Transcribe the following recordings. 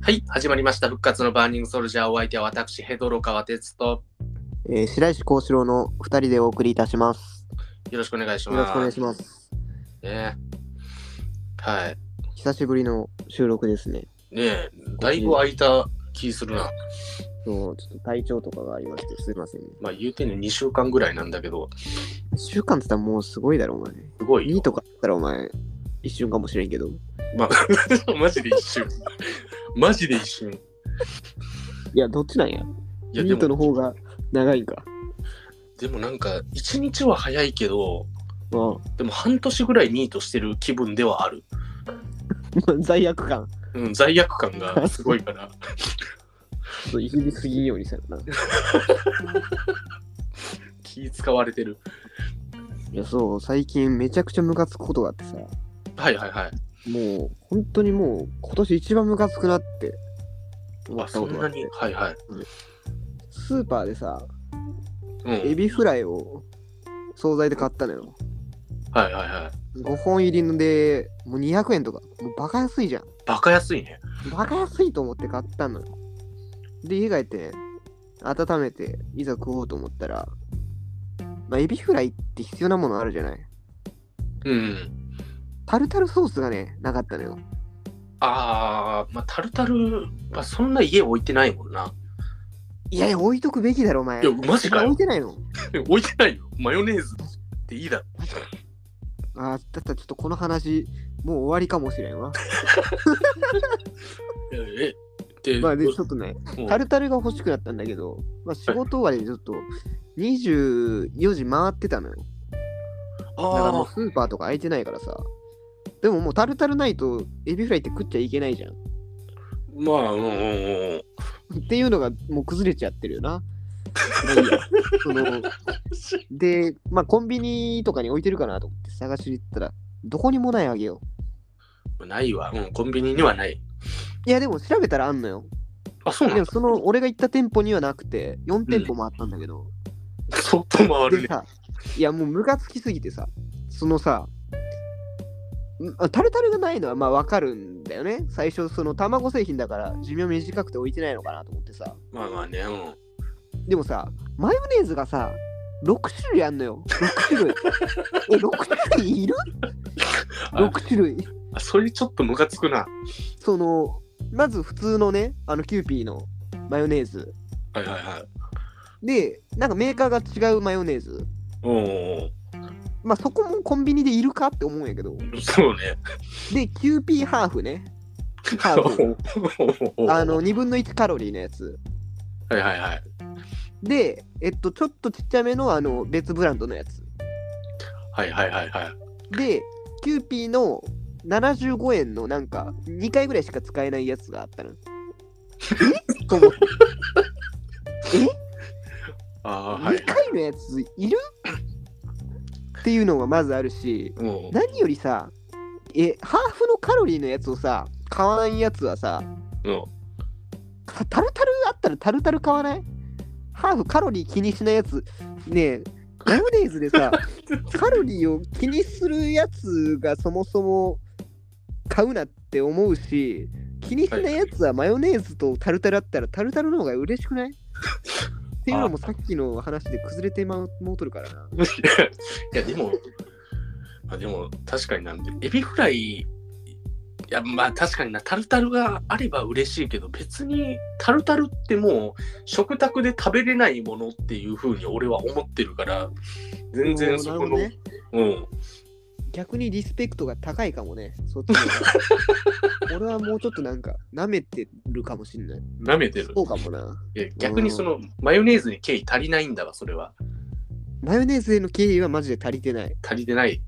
はい、始まりました。復活のバーニングソルジャー。お相手は私、ヘドロ川哲と、えー白石幸四郎の2人でお送りいたします。よろしくお願いしよます。ろしくお願いします。ねはい。久しぶりの収録ですね。ねえ、だいぶ空いた気するな。そうちょっと体調とかがありまして、すいませんね。まあ、言うてんね2週間ぐらいなんだけど、 1週間って言ったらもうすごいだろ、お前。すごいよいいとかだったらお前、一瞬かもしれんけど。いまあ、 マジで一瞬。マジで一瞬。いや、どっちなんや。や、ミでートのも、方が長いんか。でもなんか、1日は早いけど、あでも半年ぐらいニートしてる気分ではある。あ 罪悪感。うん、罪悪感がすごい から。ちょっといじりすぎんようにしたよな。い気使われてる。や、そう、最近めちゃくちゃムカつくことがあってさ、はいはいはい。もう、本当にもう、今年一番ムカつくなって思あ、ったそことんがなあってに。はいはい。スーパーでさ、うん。エビフライを惣菜で買ったのよ。はいはいはい。 5本入りので、もう200円とか、もうバカ安いじゃん。バカ安いね。バカ安いと思って買ったのよ。で、家帰ってね、温めて、いざ食おうと思ったら、まあ、エビフライって必要なものあるじゃない。うん。タルタルソースがね、なかったのよ。ああ、まあ、タルタルはそんな家置いてないもんな。いやいや、置いとくべきだろ、お前。いやマジかよ置いてないの。置いてないよ。マヨネーズっていいだろ。ああ、だったらちょっとこの話、もう終わりかもしれんわ。え、えで、まあ、で、どちょっとね、もうタルタルが欲しくなったんだけど、まあ、仕事終わりでちょっと、24時回ってたのよ。だからもあうスーパーとか空いてないからさ。でももうタルタルないとエビフライって食っちゃいけないじゃん。ーまあ、うんうんうん。っていうのがもう崩れちゃってるよな。まあい いやそので、まあコンビニとかに置いてるかなと思って探しに行ったら、どこにもないわけよ。ないわ。うん、コンビニにはない。いやでも調べたらあんのよ。あ、そうなでのもその俺が行った店舗にはなくて、4店舗もあったんだけど。相当回るでね。さ、いやもうムカつきすぎてさ、そのさ、んあタルタルがないのはまあわかるんだよね。最初その卵製品だから寿命短くて置いてないのかなと思ってさ。まあまあね、うん。でもさ、マヨネーズがさ、6種類あんのよ。6種類。え、6種類いる ?6 種類。あ、それちょっとムカつくな。その、まず普通のね、あのキューピーのマヨネーズ。はいはいはい。で、なんかメーカーが違うマヨネーズ。うんうんまあそこもコンビニでいるかって思うんやけど。うん。そうね。で、キューピーハーフね。ハ ーフ。あの、2分の1カロリーのやつ。はいはいはい。で、えっと、ちょっとちっちゃめの、あの、別ブランドのやつ。はいはいはいはい。で、キューピーの75円の、なんか、2回ぐらいしか使えないやつが あったの。えと思って、ああー、はい2。回のやついるっていうのがまずあるし、うん。何よりさ、え、ハーフのカロリーのやつをさ、買わないやつはさ、うんタタルタルあったらタルタル買わないハーフカロリー気にしないやつねえマヨネーズ でさカロリーを気にするやつがそもそも買うなって思うし気にしないやつはマヨネーズとタルタルあったらタルタルの方が嬉しくないっていうのもさっきの話で崩れてまうもうとるからな。いやでも、まあ、でも確かになんでエビフライいやまあ確かになタルタルがあれば嬉しいけど別にタルタルってもう食卓で食べれないものっていうふうに俺は思ってるから全然そこもの、うなるほうんどね逆にリスペクトが高いかもね。そっちの 方が俺はもうちょっとなんか舐めてるかもしんない。舐めてるそうかもな。いや逆にそのマヨネーズに敬意足りないんだわそれはマヨネーズへの敬意はマジで足りてない。足りてない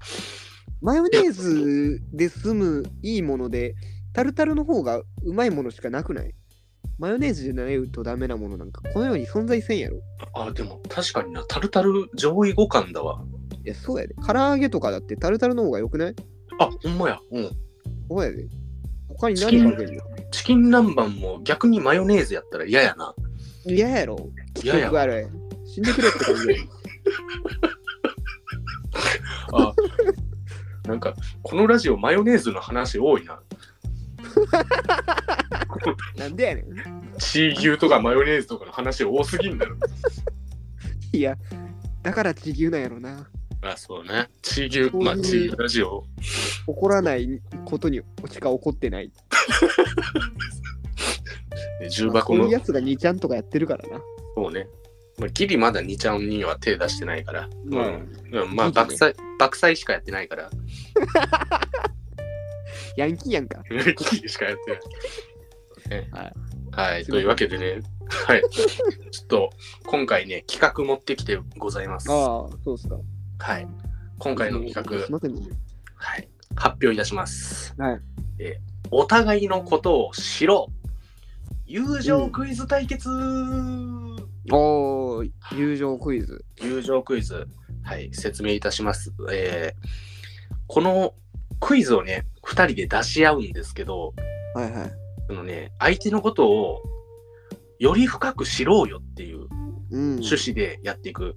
マヨネーズで済むいいもので、タルタルの方がうまいものしかなくないマヨネーズじゃないとダメなものなんかこの世に存在せんやろ。あでも確かになタルタル上位互換だわいや、そうやで。唐揚げとかだってタルタルの方が良くないあほんまやうんそうやで。他に何があるのチキン南蛮も逆にマヨネーズやったら嫌やな嫌やろ気嫌や色悪い。死んでくれって感じで。 あなんかこのラジオマヨネーズの話多いななんでやねん。チー牛とかマヨネーズとかの話多すぎんだろいや、だから地牛なんやろな。あそうねチー牛そういうまあチー牛ラジオ怒らないことにしか怒ってない。ね重まあ、そ箱うのいうやつが2ちゃんとかやってるからな。そうね、まあ、ギリまだ2ちゃんには手出してないから、うんまあうんまあギ爆リね災爆災しかやってないからヤンキーやんか。 ギリしかやってないねはいはい、というわけでね、はい、ちょっと今回ね、企画持ってきてございます。はああ、そうっすか。い、今回の企すいませんね画、はい、発表いたします。はいえーお互いのことを知ろう友情クイズ対決、おー、友情クイズ。友情クイズ、はい、説明いたします。えーこのクイズをね、2人で出し合うんですけど、はいはい。あのね、相手のことをより深く知ろうよっていううん。趣旨でやっていく。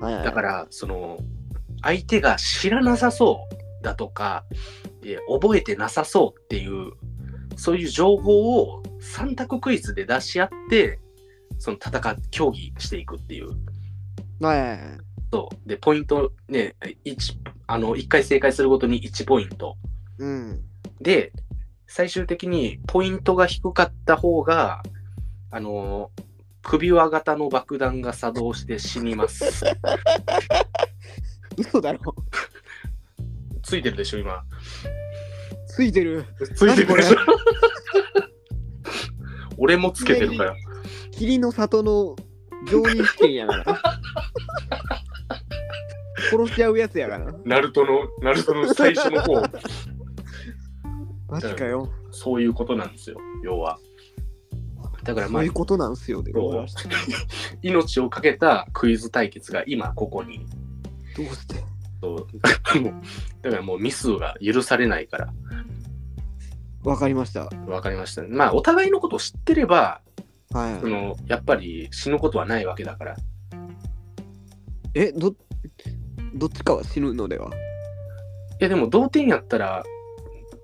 はいはいだから、その、相手が知らなさそうだとか、えー覚えてなさそうっていう、そういう情報を3択クイズで出し合って、その戦う、競技していくっていう。はいはいはい。そう。で、ポイントね、一あの、1回正解するごとに1ポイント。うん。で、最終的にポイントが低かった方が、あの、首輪型の爆弾が作動して死に ます。嘘だろ。ついてるでしょ、今。ついてる。ついてるでしょ。 俺もつけてるから。霧の里の上位試験やから。殺し合うやつやから。ナルトの、ナルトの最初の方、マジかよ。そういうことなんですよ、要は。だからそまあういう、ことなんすよ。でございました 命をかけたクイズ対決が今ここにどうしてそう。もうだからもうミスが許されないから、わかりました。わかりました、ね。まあ、お互いのことを知ってれば、そはい。の、やっぱり死ぬことはないわけだから。え、ど、どっちかは死ぬのではいや、でも同点やったら、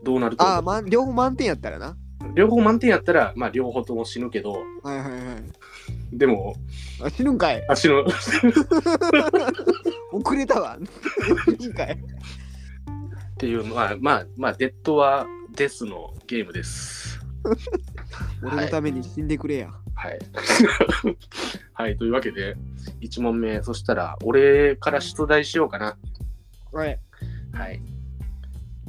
どうなると思うああ、ま、両方満点やったらな。両方満点やったら、まあ、両方とも死ぬけど、はいはいはい。でも、あ、死ぬんかい。あ、死ぬ。 遅れたわ。死ぬんかい。っていう、まあ、まあ、まあ、デッドはデスのゲームです。俺のために死んでくれや。はい。 はい、というわけで、1問目、そしたら、俺から出題しようかな。はい。はい。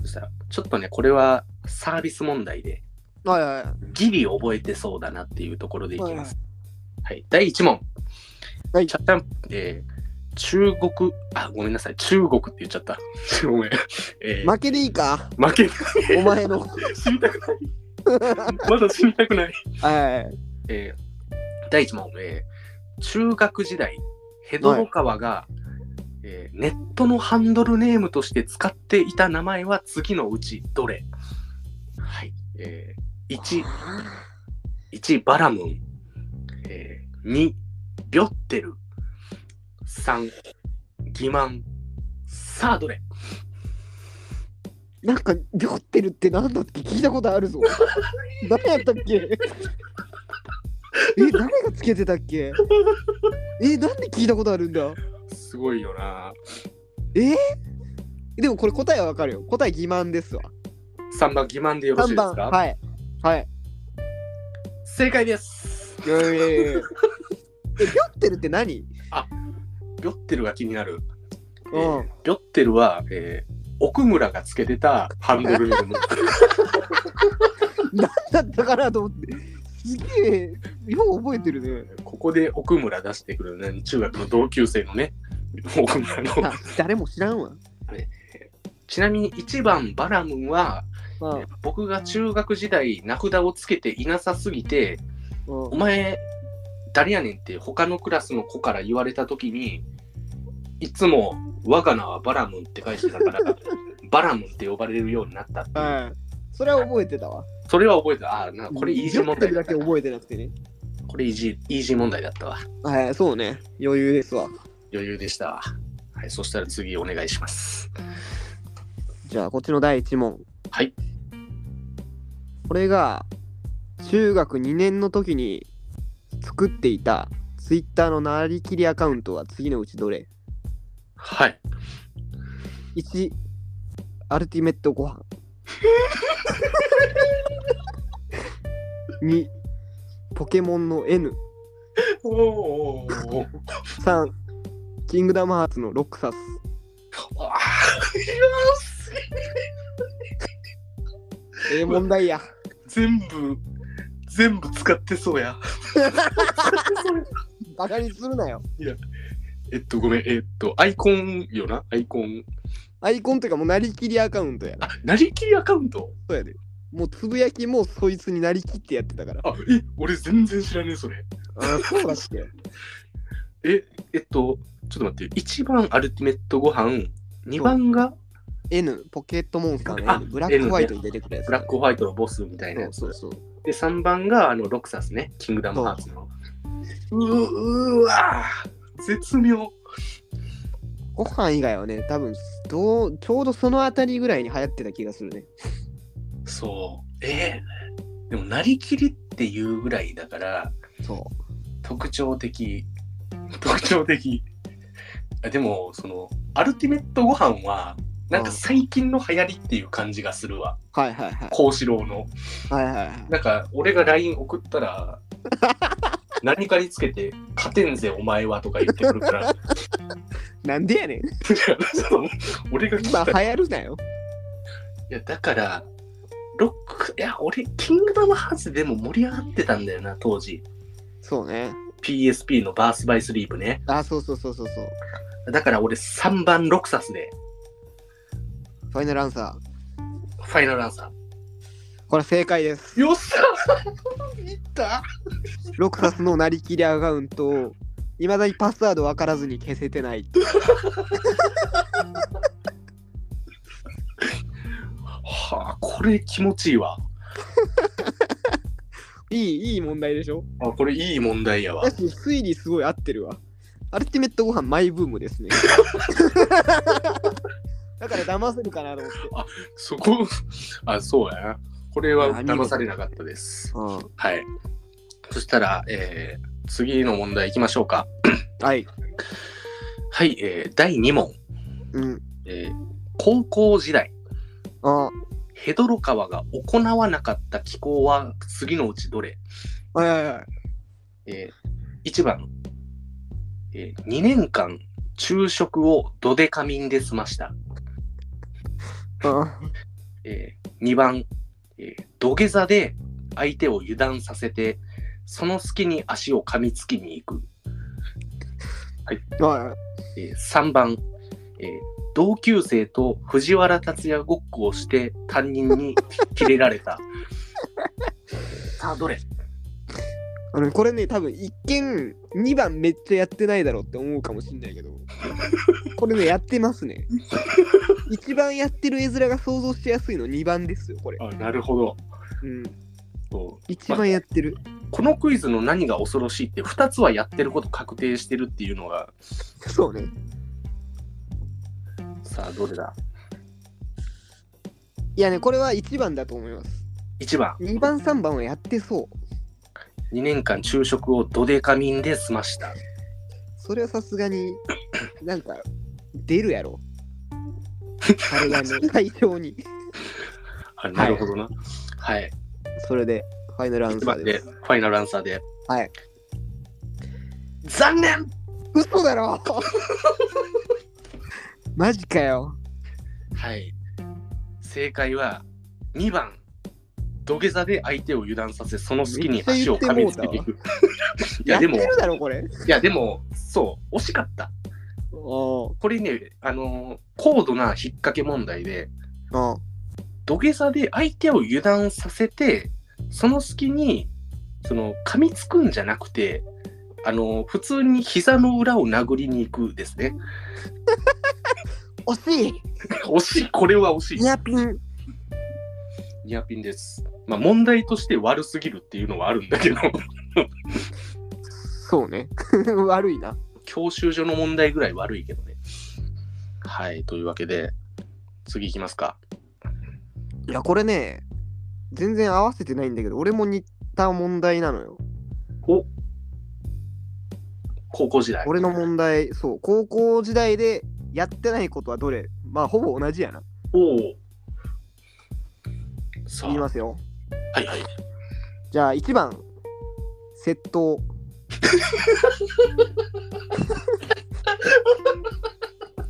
そしたら、ちょっとね、これはサービス問題で、はいはいはい。ギリ覚えてそうだなっていうところでいきます。はい、第1問。はいチャッタン、えー中国、あ、ごめんなさい、中国って言っちゃった。ごめん。えー負けでいいか。負け、お前の。死にたくない。 まだ死にたくない。はい。えー第1問、えー中学時代、ヘドロ川が、えーネットのハンドルネームとして使っていた名前は次のうちどれはい。えー、1、1バラムン、えー、2ビョッテル3欺瞞さあどれなんか、ビョってるってなんだって聞いたことある ぞ。誰やったっけえ、誰がつけてたっけえ、なんで聞いたことあるんだすごいよなでもこれ答えはわかるよ。答え欺瞞ですわ。 3番欺瞞でよろし3いで番。すか、はい。はい。正解ですいやいやいやいや え、ビョってるって何ビョッテルが気になる、えうーん。ビョッテルは、えー奥村がつけてたハン ドルネームだったかなと思って。すげえ、よう覚えてるね。ここで奥村出してくる、ね、中学の同級生のね奥村のあ誰も知らんわ。ちなみに1番バラムンはまあ、僕が中学時代名札をつけていなさすぎてうんお前、誰やねんって他のクラスの子から言われたときに、いつも我が名はバラムンって返してた から、バラムンって呼ばれるようになったっていう。はい。それは覚えてたわ。それは覚えてた。ああ、なこれいい呪文ビョってだるだけよ。覚えてなくてね。ここれイージー、イージー問題だったわ。はい、そうね。余裕ですわ。余裕でしたわ。はい、そしたら次お願いします。じゃあ、こっちの第1問。はい。これが、中学2年の時に作っていた Twitter のなりきりアカウントは次のうちどれはい。 ?1、アルティメットご飯。2、ポケモンの N。おー。 3、キングダムハーツのロックサス。あええ問題や。全部、全部使ってそうや。 バカにするなよ。えっと、ごめん、えっと、アイコンよな、アイコン。アイコンというかもうなりきりアカウントやな。あ、なりきりアカウントそうやで。もうつぶやきもそいつになりきってやってたから。あ、え、俺全然知らねえ、それ。あ、そうだっけ。え、えっと、ちょっと待って、1番アルティメットご飯、2番が N、ポケットモンスターのあ N、ブラックホワイトに出てくるやつ。ブラックホワイトのボスみたいなやつ。そうそうそう。で、3番があのロクサスね、キングダムハーツの。うううわー絶妙。ご飯以外はね、多分どうちょうどそのあたりぐらいに流行ってた気がするね。そう。えーでも、なりきりっていうぐらいだから、そ特徴的 特徴的あでもそのアルティメットご飯はなんか最近の流行りっていう感じがするわう。はいはいはい。幸四郎のはいはいはい。なんか俺が LINE 送ったら何かにつけて「勝てんぜお前は」とか言ってくるからなんでや ねん。その俺が聞い今た流らい行るなよ。やだからロックいや俺キングダムハーツでも盛り上がってたんだよな当時そうね。 PSP のバースバイスリープねあ、そうそうそうそうそう。だから俺3番ロクサスでファイナルアンサー。ファイナルアンサーこれ正解です。よっしゃ見たロクサスのなりきりアカウントを、いまだにパスワード分からずに消せてない。はあこれ気持ちいいわいい、いい問題でしょあこれいい問題やわだし、推理すごい合ってるわ。アルティメットご飯マイブームです ね。だから騙せるかなと思って。そこあそうやなこれは騙されなかったですはいそしたら、えー次の問題いきましょうかはい。はい、えー第2問、うん。えー高校時代あヘドロ川が行わなかった機構は次のうちどれ、はいはいはい。え1番、え2年間昼食をドデカミンで済ましたあえー、2番、えー土下座で相手を油断させて、その隙に足を噛みつきに行く。はいはい。えー3番、えー同級生と藤原竜也ごっこをして担任にキレられた。さあ、どれあの、これね、多分一見、2番めっちゃやってないだろうって思うかもしんないけど、これね、やってますね。一番やってる絵面が想像しやすいの2番ですよ、これ。あなるほど。うん。そう一番やってる。このクイズの何が恐ろしいって2つはやってること確定してるっていうのがそうね。さあどれだいやね、これは1番だと思います。 1番2番、3番はやってそう。 2年間昼食をドデカミンで済ましたそれはさすがに、なんか、出るやろ。あれがね、対象に。あなるほどなはいそれで、ファイナルアン一サ番ーで、でフす。ァイナルアンサーで。はい。残念嘘だろ マジかよ。はい。正解は、2番。土下座で相手を油断させ、その隙に足を噛みつけ ていく。いや、でも、やいってるだろ、これ。や、でも、そう、惜しかった。おこれね、あのー高度な引っ掛け問題で、お。土下座で相手を油断させて、その隙に、その、噛みつくんじゃなくて、あのー普通に膝の裏を殴りに行くですね。 惜しい惜しい、これは惜しい。ニアピン。ニアピンです。まあ問題として悪すぎるっていうのはあるんだけど、そうね。 悪いな。 教習所の問題ぐらい悪いけどね。はい、というわけで、次行きますか。いや、これね、全然合わせてないんだけど、俺も似た問題なのよ。お高校時代。俺の問題、そう、高校時代でやってないことはどれまあ、ほぼ同じやな。おお。さあ、言いますよ。はいはい。じゃあ、1番、窃 盗。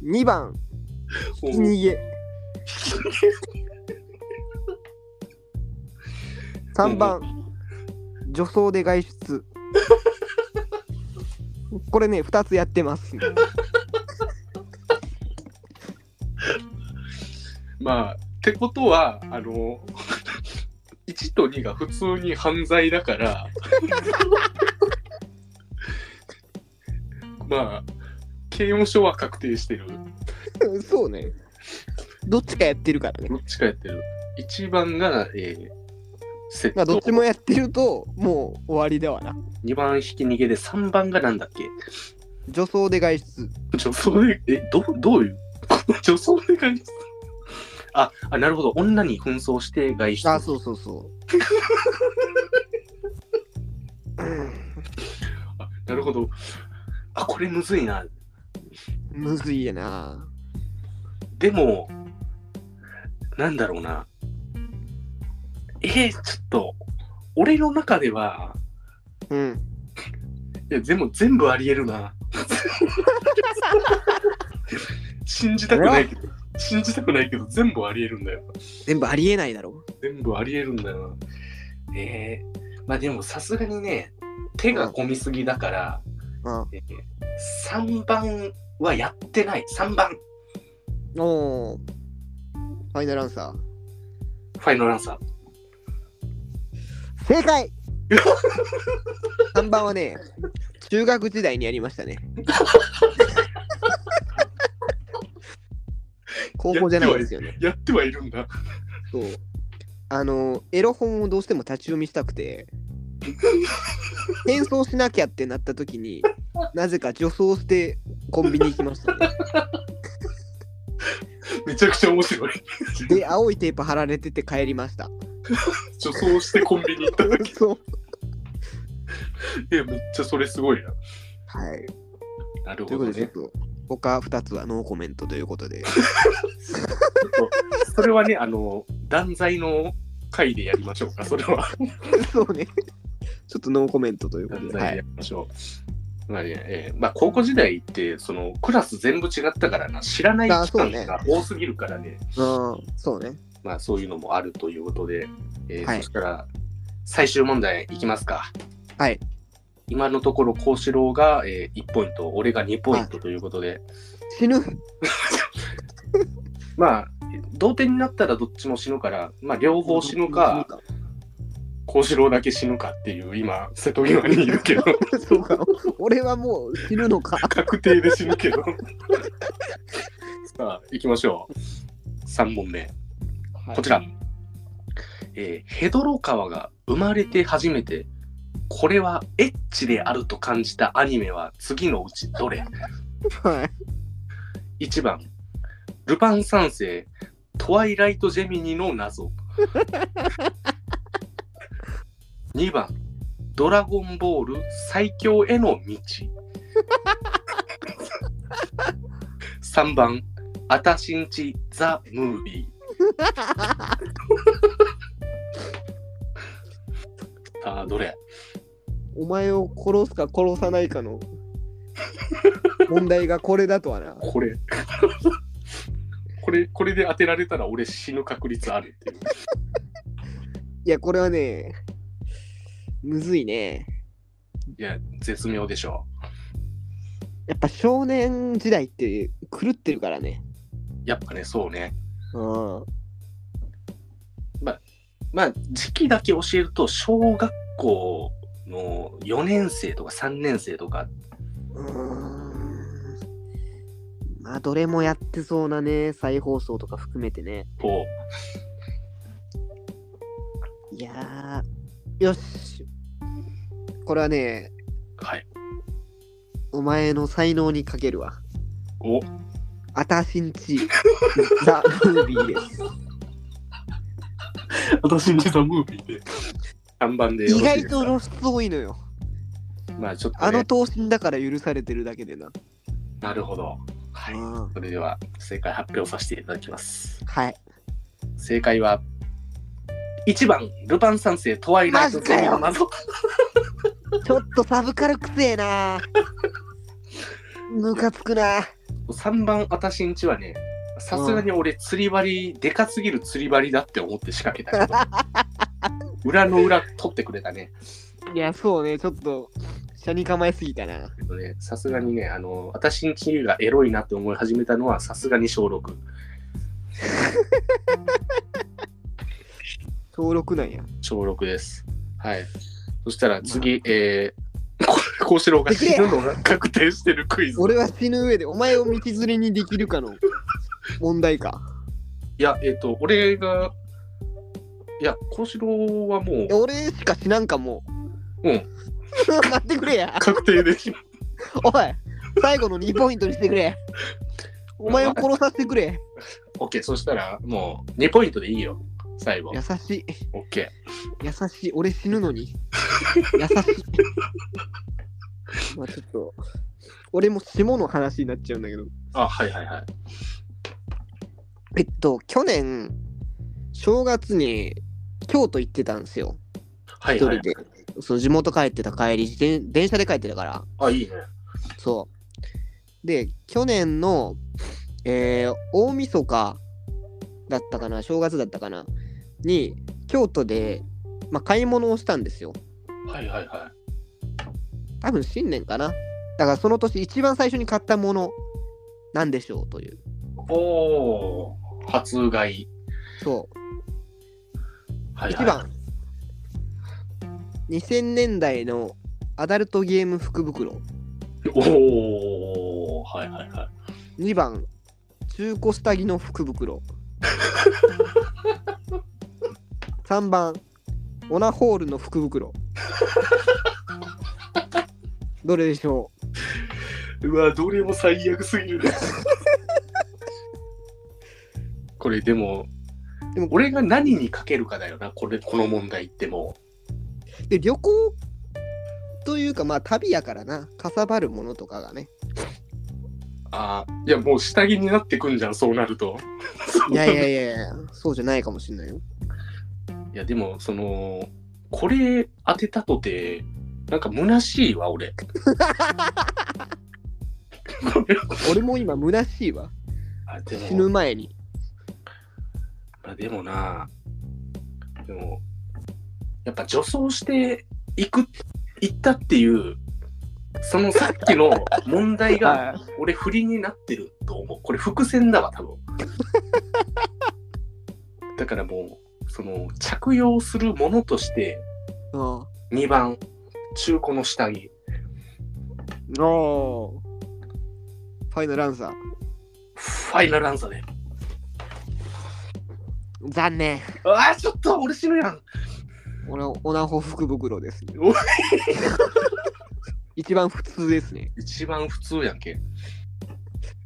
2番、おひき逃げ。3番、女装で外出。 これね、2つやってます。まあ、ってことは、あの、1と2が普通に犯罪だから、まあ、刑務所は確定してる。 そうね。どっちかやってるからねど。っちかやってる。1番が、えー、窃まあ、どっ盗ちもやってると、もう終わりだわな。 2番引き逃げで3番がなんだっけ女装で外出。女装で、え、ど、どういう 女装で外出あ、あ、なるほど。女に紛争して外出。あ、そうそうそう。うんあなるほど。あ、これむずいな。 むずいやな。でも、なんだろうな。えー、ちょっと、俺の中では、うん。いや、でも全部ありえるな。 信じたくないけど、信じたくないけど、全部ありえるんだよ。全部ありえないだろ。全部ありえるんだよな。えー、まあでもさすがにね、手が込みすぎだから、うん。え3番はやってない。3番、おーファイナルアンサファイナルアンサー。ー。正 解 !3 番はね、中学時代にやりまし たね。高校じゃないんですよね。やってはいるんだ。そう。あの、エロ本をどうしても立ち読みしたくて、転送しなきゃってなった時に、なぜか女装してコンビニ行きました ね。めちゃくちゃ面白い。 で、青いテープ貼られてて帰りました。女装してコンビニ行った時。そう。いや、めっちゃそれすごいな。はい。なるといほどうことで、ね。ちょっと、他2つはノーコメントということで。それはね、あの、断罪の回でやりましょう か、それは。そうね。ちょっとノーコメントというこ断と罪で。ではやりい。ましょう。まあねえーまあ、高校時代ってそのクラス全部違ったからな知らないあ期そう間ねが多すぎるからねうん、そうね。まあ、そういうのもあるということで、えーはいそしたら最終問題いきますかはい。今のところ幸四郎が、えー1ポイント俺が2ポイントということで、死ぬ。まあ同点になったらどっちも死ぬから、まあ、両方死ぬか。幸四郎だけ死ぬかっていう今瀬戸際にいる けどそうか。俺はもう死ぬのか。確定で死ぬけどさあ行きましょう3問目こちら、えーヘドロ川が生まれて初めてこれはエッチであると感じたアニメは次のうちどれはい。 1番「ルパン三世トワイライト・ジェミニの謎」2番「ドラゴンボール最強への道」3番「あたしんちザ・ムービー」さあどれお前を殺すか殺さないかの問題がこれだとはな。これこれこれで当てられたら俺死ぬ確率あるっていういや、これはね、むずいね。いや絶妙でしょやっぱ少年時代って狂ってるからね。やっぱね、そうね。うん。まあ、時期だけ教えると、小学校の4年生とか3年生とか、うーんまあ、どれもやってそうなね、再放送とか含めてね。こいやー、よし。これはね、う、はい。お前の才能にかけるわ。おあたしん ち、ザ・ムービーです。私にザ・ムービーで。看板でよろ意しいで外すかと露出多いのよ。まあちょっと、ね、あの頭身だから許されてるだけでな。なるほど。はい。うんそれでは正解発表させていただきます。はい。正解は1番、ルパン三世トワイライトマジかよ謎ちょっとサブカルくせえ な。ムカつくな。 3番、私んちはね、さすがに俺、釣り針、でかすぎる釣り針だって思って仕掛けたけ ど裏の裏取ってくれたね。いや、そうね、ちょっと、車に構えすぎたな。けどねさすがにね、あの、私んちがエロいなって思い始めたのは、さすがに小6。登録なんや。小6です。はい。そしたら次、えー、これ、こうしろが死ぬのが確定してるクイズ。俺は死ぬ上で、お前を道連れにできるかの問題か。いや、えっ、と、俺が、いや、幸四郎はもういや俺しか死なんかもう。うん。 待ってくれや。確定でしょ。おい、最後の2ポイントにしてくれ。お前を殺させてくれ。 OK、そしたらもう2ポイントでいいよ、最後優。しい、 OK。優しい、俺死ぬのに。優しい。まあちょっと、俺も下の話になっちゃうんだけど。あ、はいはいはい。えっと、去年、正月に京都行ってたんですよ。はい一は人い。で。その地元帰ってた帰り、自転電車で帰ってたから。あ、いいね。そう。で、去年の、えー大晦日だったかな、正月だったかな、に、京都で、まあ、買い物をしたんですよ。はいはいは多分新年かな。だからその年一番最初に買ったもの、なんでしょうという。い。おー、初買い。そう。はいはい、 1番。2000年代のアダルトゲーム福袋。おー、はいはいはい。 2番、中古下着の福袋。3番、オナホールの福袋。どれでしょうわ、どれも最悪すぎ るね。これでも、でも俺が何にかけるかだよな、これ、この問題ってもうで、旅行というか、まあ旅やからな、かさばるものとかがね。う。あーいや、もう下着になってくんじゃん、そうなると。いやいやいやいや、そうじゃないかもしんないよ。いやでもそのこれ当てたとてなんか虚しいわ 俺俺も今、虚しいわ。あで死もぬ前に。まあでもなでもやっぱ女装して行く行ったっていうそのさっきの問題 がはい俺不利になってると思うこれ伏線だわ多 分だからもうその着用するものとしてうん。あ2番中古の下着あ。ファイナルアンサー。ファイナルアンサーで残念。ああ、ちょっと俺死ぬやん。オナオナホ福袋ですねおい。一番普通ですね。一番普通やんけ。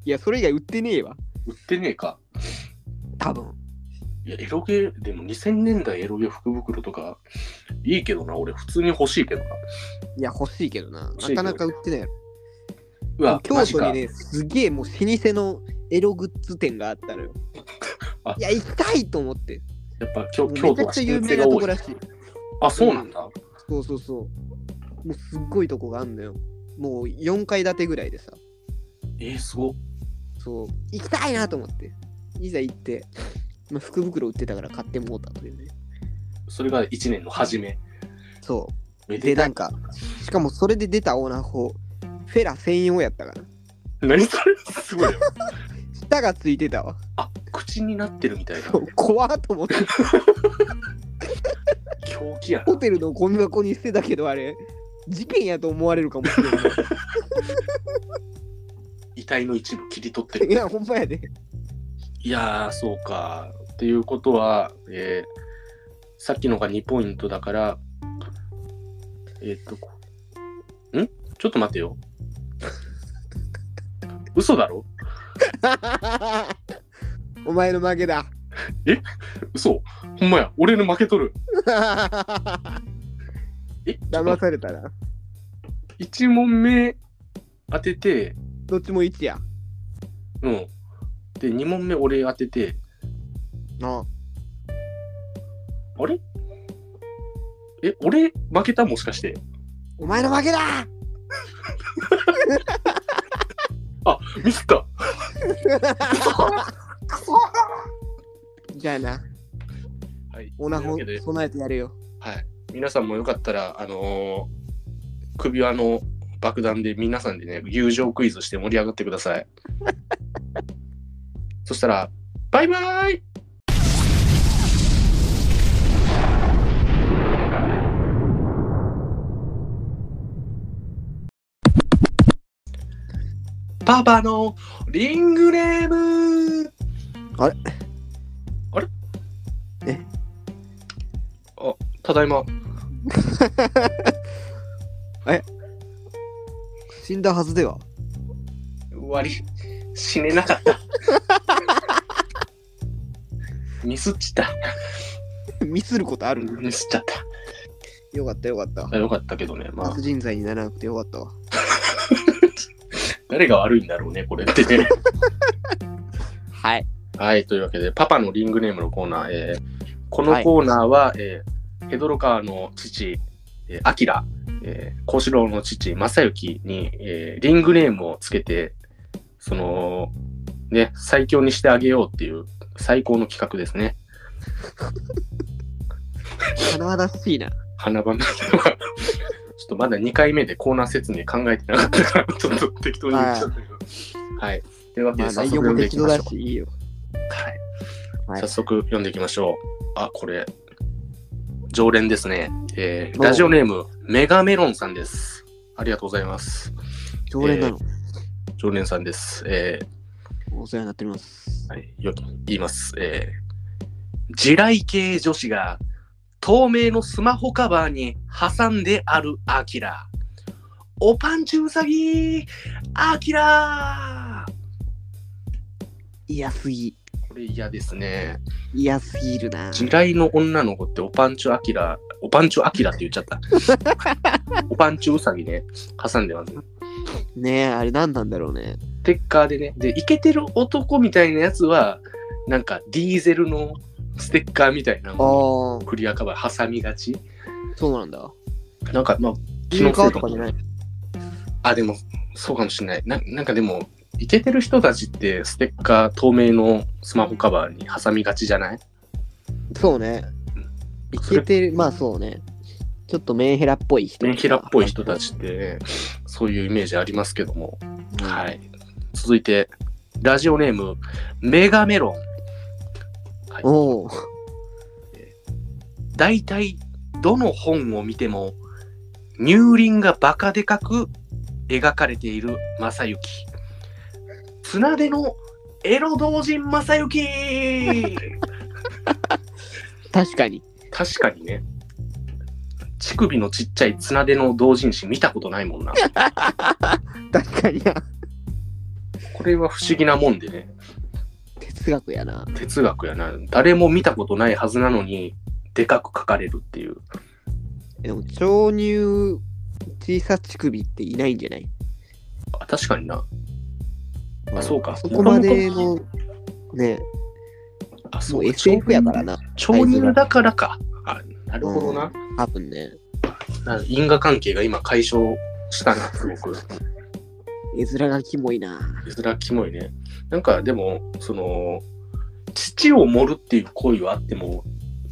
いや、それ以外売ってねえわ。売ってねえか。多分。いや、エロゲー、でも2000年代エロゲー福袋とか、いいけどな、俺普通に欲しいけどな。いや、欲しいけどな。しないけどかなか売ってないやろ。うわ、京都マにジね、すげえもう老舗のエログッズ店があったのよあ。いや、行きたいと思って。か。やっぱ京もう京都めちゃはくちゃ老有舗名がなと多こいら。しい。あ、そうなんだ。そうそうそう。もうすっごいとこがあんのよ。もう4階建てぐらいでさ。えー、すごっ。そう、行きたいなと思って。いざ行って、まあ、福袋売ってたから買ってもうたというね。それが1年の初め。そう。めで、でたないん。か、しかもそれで出たオーナー法、フェラ専用やったから。何それすごいよ。舌がついてたわ。 あ、口になってるみたいな。怖っと思って、狂気やホな。テルのゴミ箱に捨てたけど、あれ、事件やと思われるかもしれな遺体の一部切り取って い。いる。や、ほんまやで。いやー、そうか。っていうことは、えーさっきのが2ポイントだから、えーっと、こんちょっと待ってよ。嘘だろお前の負けだ。 嘘ほんまや俺の負けとるえ騙されたな。 1問目当ててどっちも1や。うんで2問目俺当ててああれえ俺負けたもしかしてお前の負けだミスったじゃあな、はいオナホというわけで備えてやるよ。はい、皆さんもよかったら、あのー首輪の爆弾で皆さんでね、友情クイズして盛り上がってくださ い。そしたら、バイバーイパパのリングネームあれあれえあ、ただいま。死んだはずでは。 終わり死ねなかった ミスっちゃっミスることあたるミスっちゃったよかったよかった。あよかったけどねまあ殺人罪にならなくてよかったわ。誰が悪いんだろうねこれってねはい。 はいというわけでパパのリングネームのコーナー、えーこのコーナーは、えーヘドロカーの父えーアキラえー幸四郎の父正幸に、えーリングネームをつけてそのね最強にしてあげようっていう最高の企画ですね華々しいな。花番だけど、 ちょっとまだ2回目でコーナー説明考えてなかったから、ちょっと適当に言っちゃったけど。はい。というわけで、まあ早内速容読もんでいき適当まだしょし、いいよ。う。ははいい。早速読んでいきましょう。あ、これ、常連ですね。えーおラジオネーム、メガメロンさんです。ありがとうございます。常連なの。常連さんです。えお世話になっておりますー。はい、よ言います。えー、地雷系女子が透明のスマホカバーに挟んであるアキラ。おパンチウサギアキラ嫌すぎ。これ嫌ですね。嫌すぎるな。地雷の女の子っておパンチュアキラ、おパンチュアキラって言っちゃった。おパンチュウサギね、挟んでますね。ねえ、あれ何なんだろうね。ステッカーでね。で、イケてる男みたいなやつは、なんかディーゼルのステッカーみたいなああのを、クリアカバー挟みがち。そうなんだ。なんかまあ、気キーのせカいーかもとかじゃない。あ、でも、そうかもしれない。ななんかでも、イケてる人たちって、ステッカー、透明のスマホカバーに挟みがちじゃないそうね。いけてる、まあそうね。ちょっとメンヘラっぽい人。メンヘラっぽい人たちってね、そういうイメージありますけども。うん。はい。続いて、ラジオネーム、メガメロン。はい、おお。大体どの本を見ても乳輪がバカでかく描かれている正幸綱でのエロ同人正幸確かに。 確かにね乳首のちっちゃい綱での同人誌見たことないもんな確かにな。これは不思議なもんでね哲学やな。哲学やな誰も見たことないはずなのにでかく書かれるっていうでも、超乳小さ乳首っていないんじゃないあ確かになあそうかそこまでの、ね、あそもう SF やからな。超乳だからかあなるほどな、うん多分ね、なんか因果関係が今解消したな、すごく。絵面がキモいな。ずらキモいね。なんかでも、その、父を盛るっていう行為はあっても、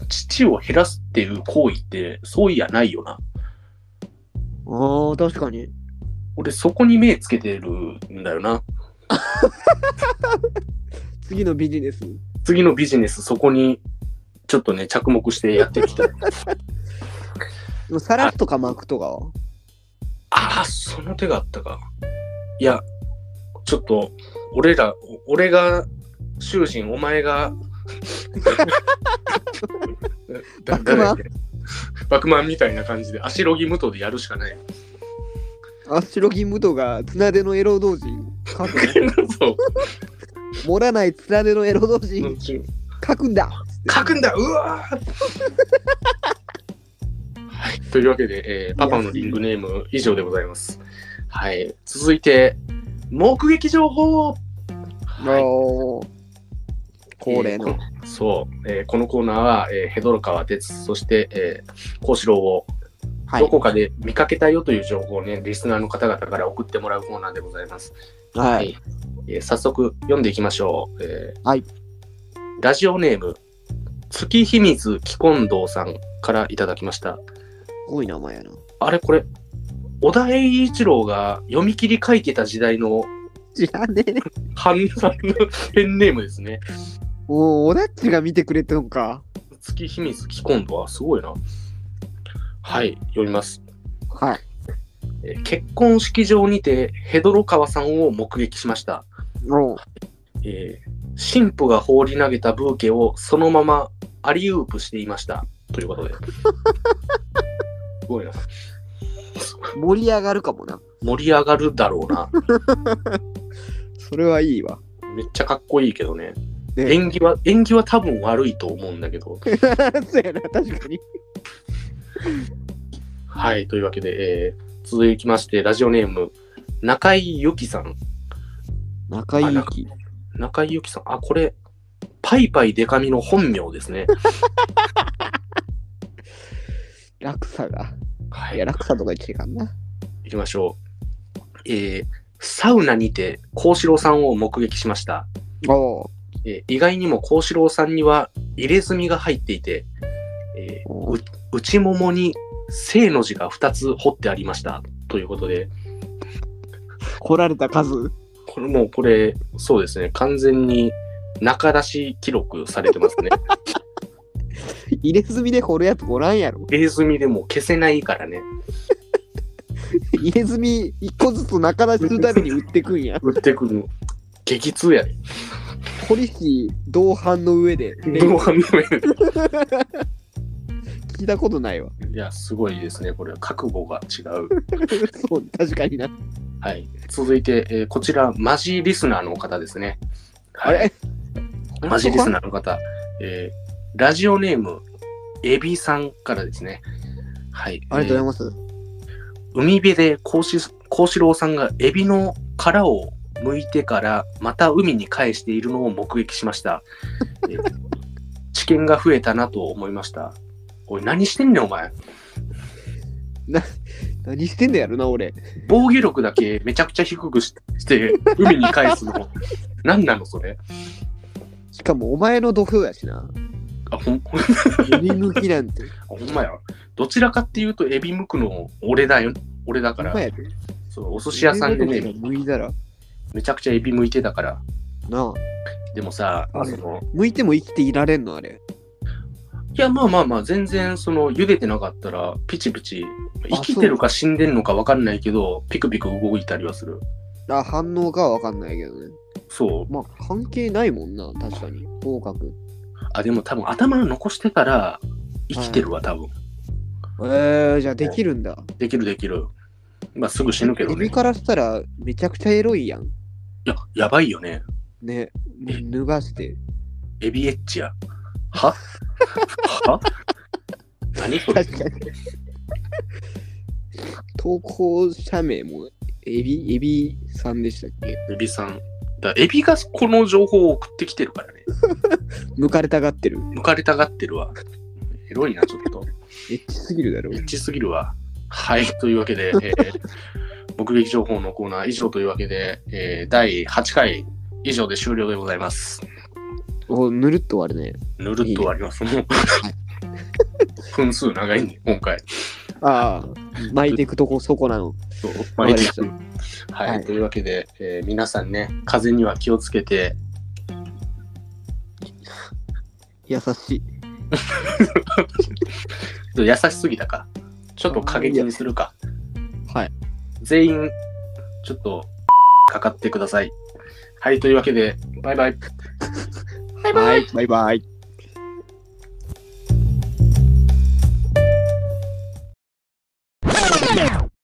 父を減らすっていう行為って、そういやないよな。ああ、確かに。俺、そこに目つけてるんだよな。次のビジネス。次のビジネス、そこに、ちょっとね、着目してやってきた。でも、さらっとか巻くとかはああ、その手があったか。いや、ちょっと、俺ら、お俺が、囚人、お前が、だバクマン誰だっけバクマンみたいな感じで、足ロギ無刀でやるしかない。アシロギムドが綱でのエロ同人書くそ う盛らないつらねのエロ同士書くんだ書くんだうわー はい、というわけで、えーパパのリングネーム以上でございます。はい、続いて、目撃情報はいおー恒例えーのこそう、えーこのコーナーは、えーヘドロ川哲、そして、えー、幸四郎をはいどこかで見かけたよという情報をね、リスナーの方々から送ってもらうコーナーでございます。はいえー早速読んでいきましょう。えーはいラジオネーム、月秘密貴近堂さんからいただきました。多い名前やなあれこれ、小田栄一郎が読み切り書いてた時代の知らねえね半さんのペンネームですね。おおおだっちが見てくれてんのか月秘密貴近堂はすごいな。はい、読みます。はいえー結婚式場にてヘドロ川さんを目撃しました。おうえー神父が放り投げたブーケをそのままアリウープしていましたということですごいな盛り上がるかもな盛り上がるだろうなそれはいいわ めっちゃかっこいいけどねね演技は演技は多分悪いと思うんだけどそうやな確かにはいというわけで、えー続きましてラジオネーム中井由紀さん仲いあい仲き中井由紀さんあこれパイパイデカミの本名ですね落差がはいいや落差とか言っちゃいかんな行きましょうえーサウナにて幸四郎さんを目撃しましたおおえー意外にも幸四郎さんには入れ墨が入っていて、えーおう内ももに正の字が2つ彫ってありましたということで来られた数これもうこれそうですね完全に中出し記録されて ますね入れ墨で掘るやつおらんやろ入れ墨でもう消せないからね入れ墨一個ずつ仲出しするために売ってくんや打ってくる激痛 やで、ポリシー同伴の上でね、防犯の上で聞いたことないわ いやすごいですねこれは覚悟が違うそう確かになはい続いて、えーこちらマジリスナーの方ですねあはいれマジリスなナーの方、えーラジオネーム、エビさんからですね。はい。ありがとうえーございます海辺で幸四幸四郎さんがエビの殻を剥いてから、また海に返しているのを目撃しました。えー 知見が増えたなと思いました。おい、何してんねん、お前。何してんだやろな俺防御力だけめちゃくちゃ低くしして、海に返すの。何なの、それ。しかもお前の土俵やしなあ、ほん、ほん指抜 きなんてほんまや。どちらかっていうと、エビ剥くの俺だよ。俺だほかんらま。やでそうお寿司屋さんで指ねの向いたらめちゃくちゃエビ剥いてたからなあでもさあれその向いても生きていられんのあれいやまあまあまあ全然その茹でてなかったらピチピチ生きてるか死んでんのか分かんないけどピクピク動いたりはするあ反応かは分かんないけどねそうまあ関係ないもんな確かに合格あでも多分頭残してたら生きてるわ多分えー、じゃあできるんだできるできるまあすぐ死ぬけどね指からしたらめちゃくちゃエロいやんいややばいよねねもう脱がしてエビエッチやは は何それ確かに。投稿者名もエビ、エビさんでしたっけエビさんだエビがこの情報を送ってきてるからね抜かれたがってる。抜かれたがってるわエロいなちょっとエッチすぎるだろエ。ッチすぎるわ。はい、というわけで、えー目撃情報のコーナー以上というわけで、えー第8回以上で終了でございます。おぬるっと終わるね。ぬるっと終わります。もう分数長いんで、今回。ああ、巻いていくとこそこなの。そうわかりましたはい、はいというわけで、えー皆さんね、風邪には気をつけて、優しちい。ょっと優しすぎたか、ちょっと過激にするか、はい。全員、ちょっと、かかってください。はい、というわけで、バイバイ。はい、バイバイ。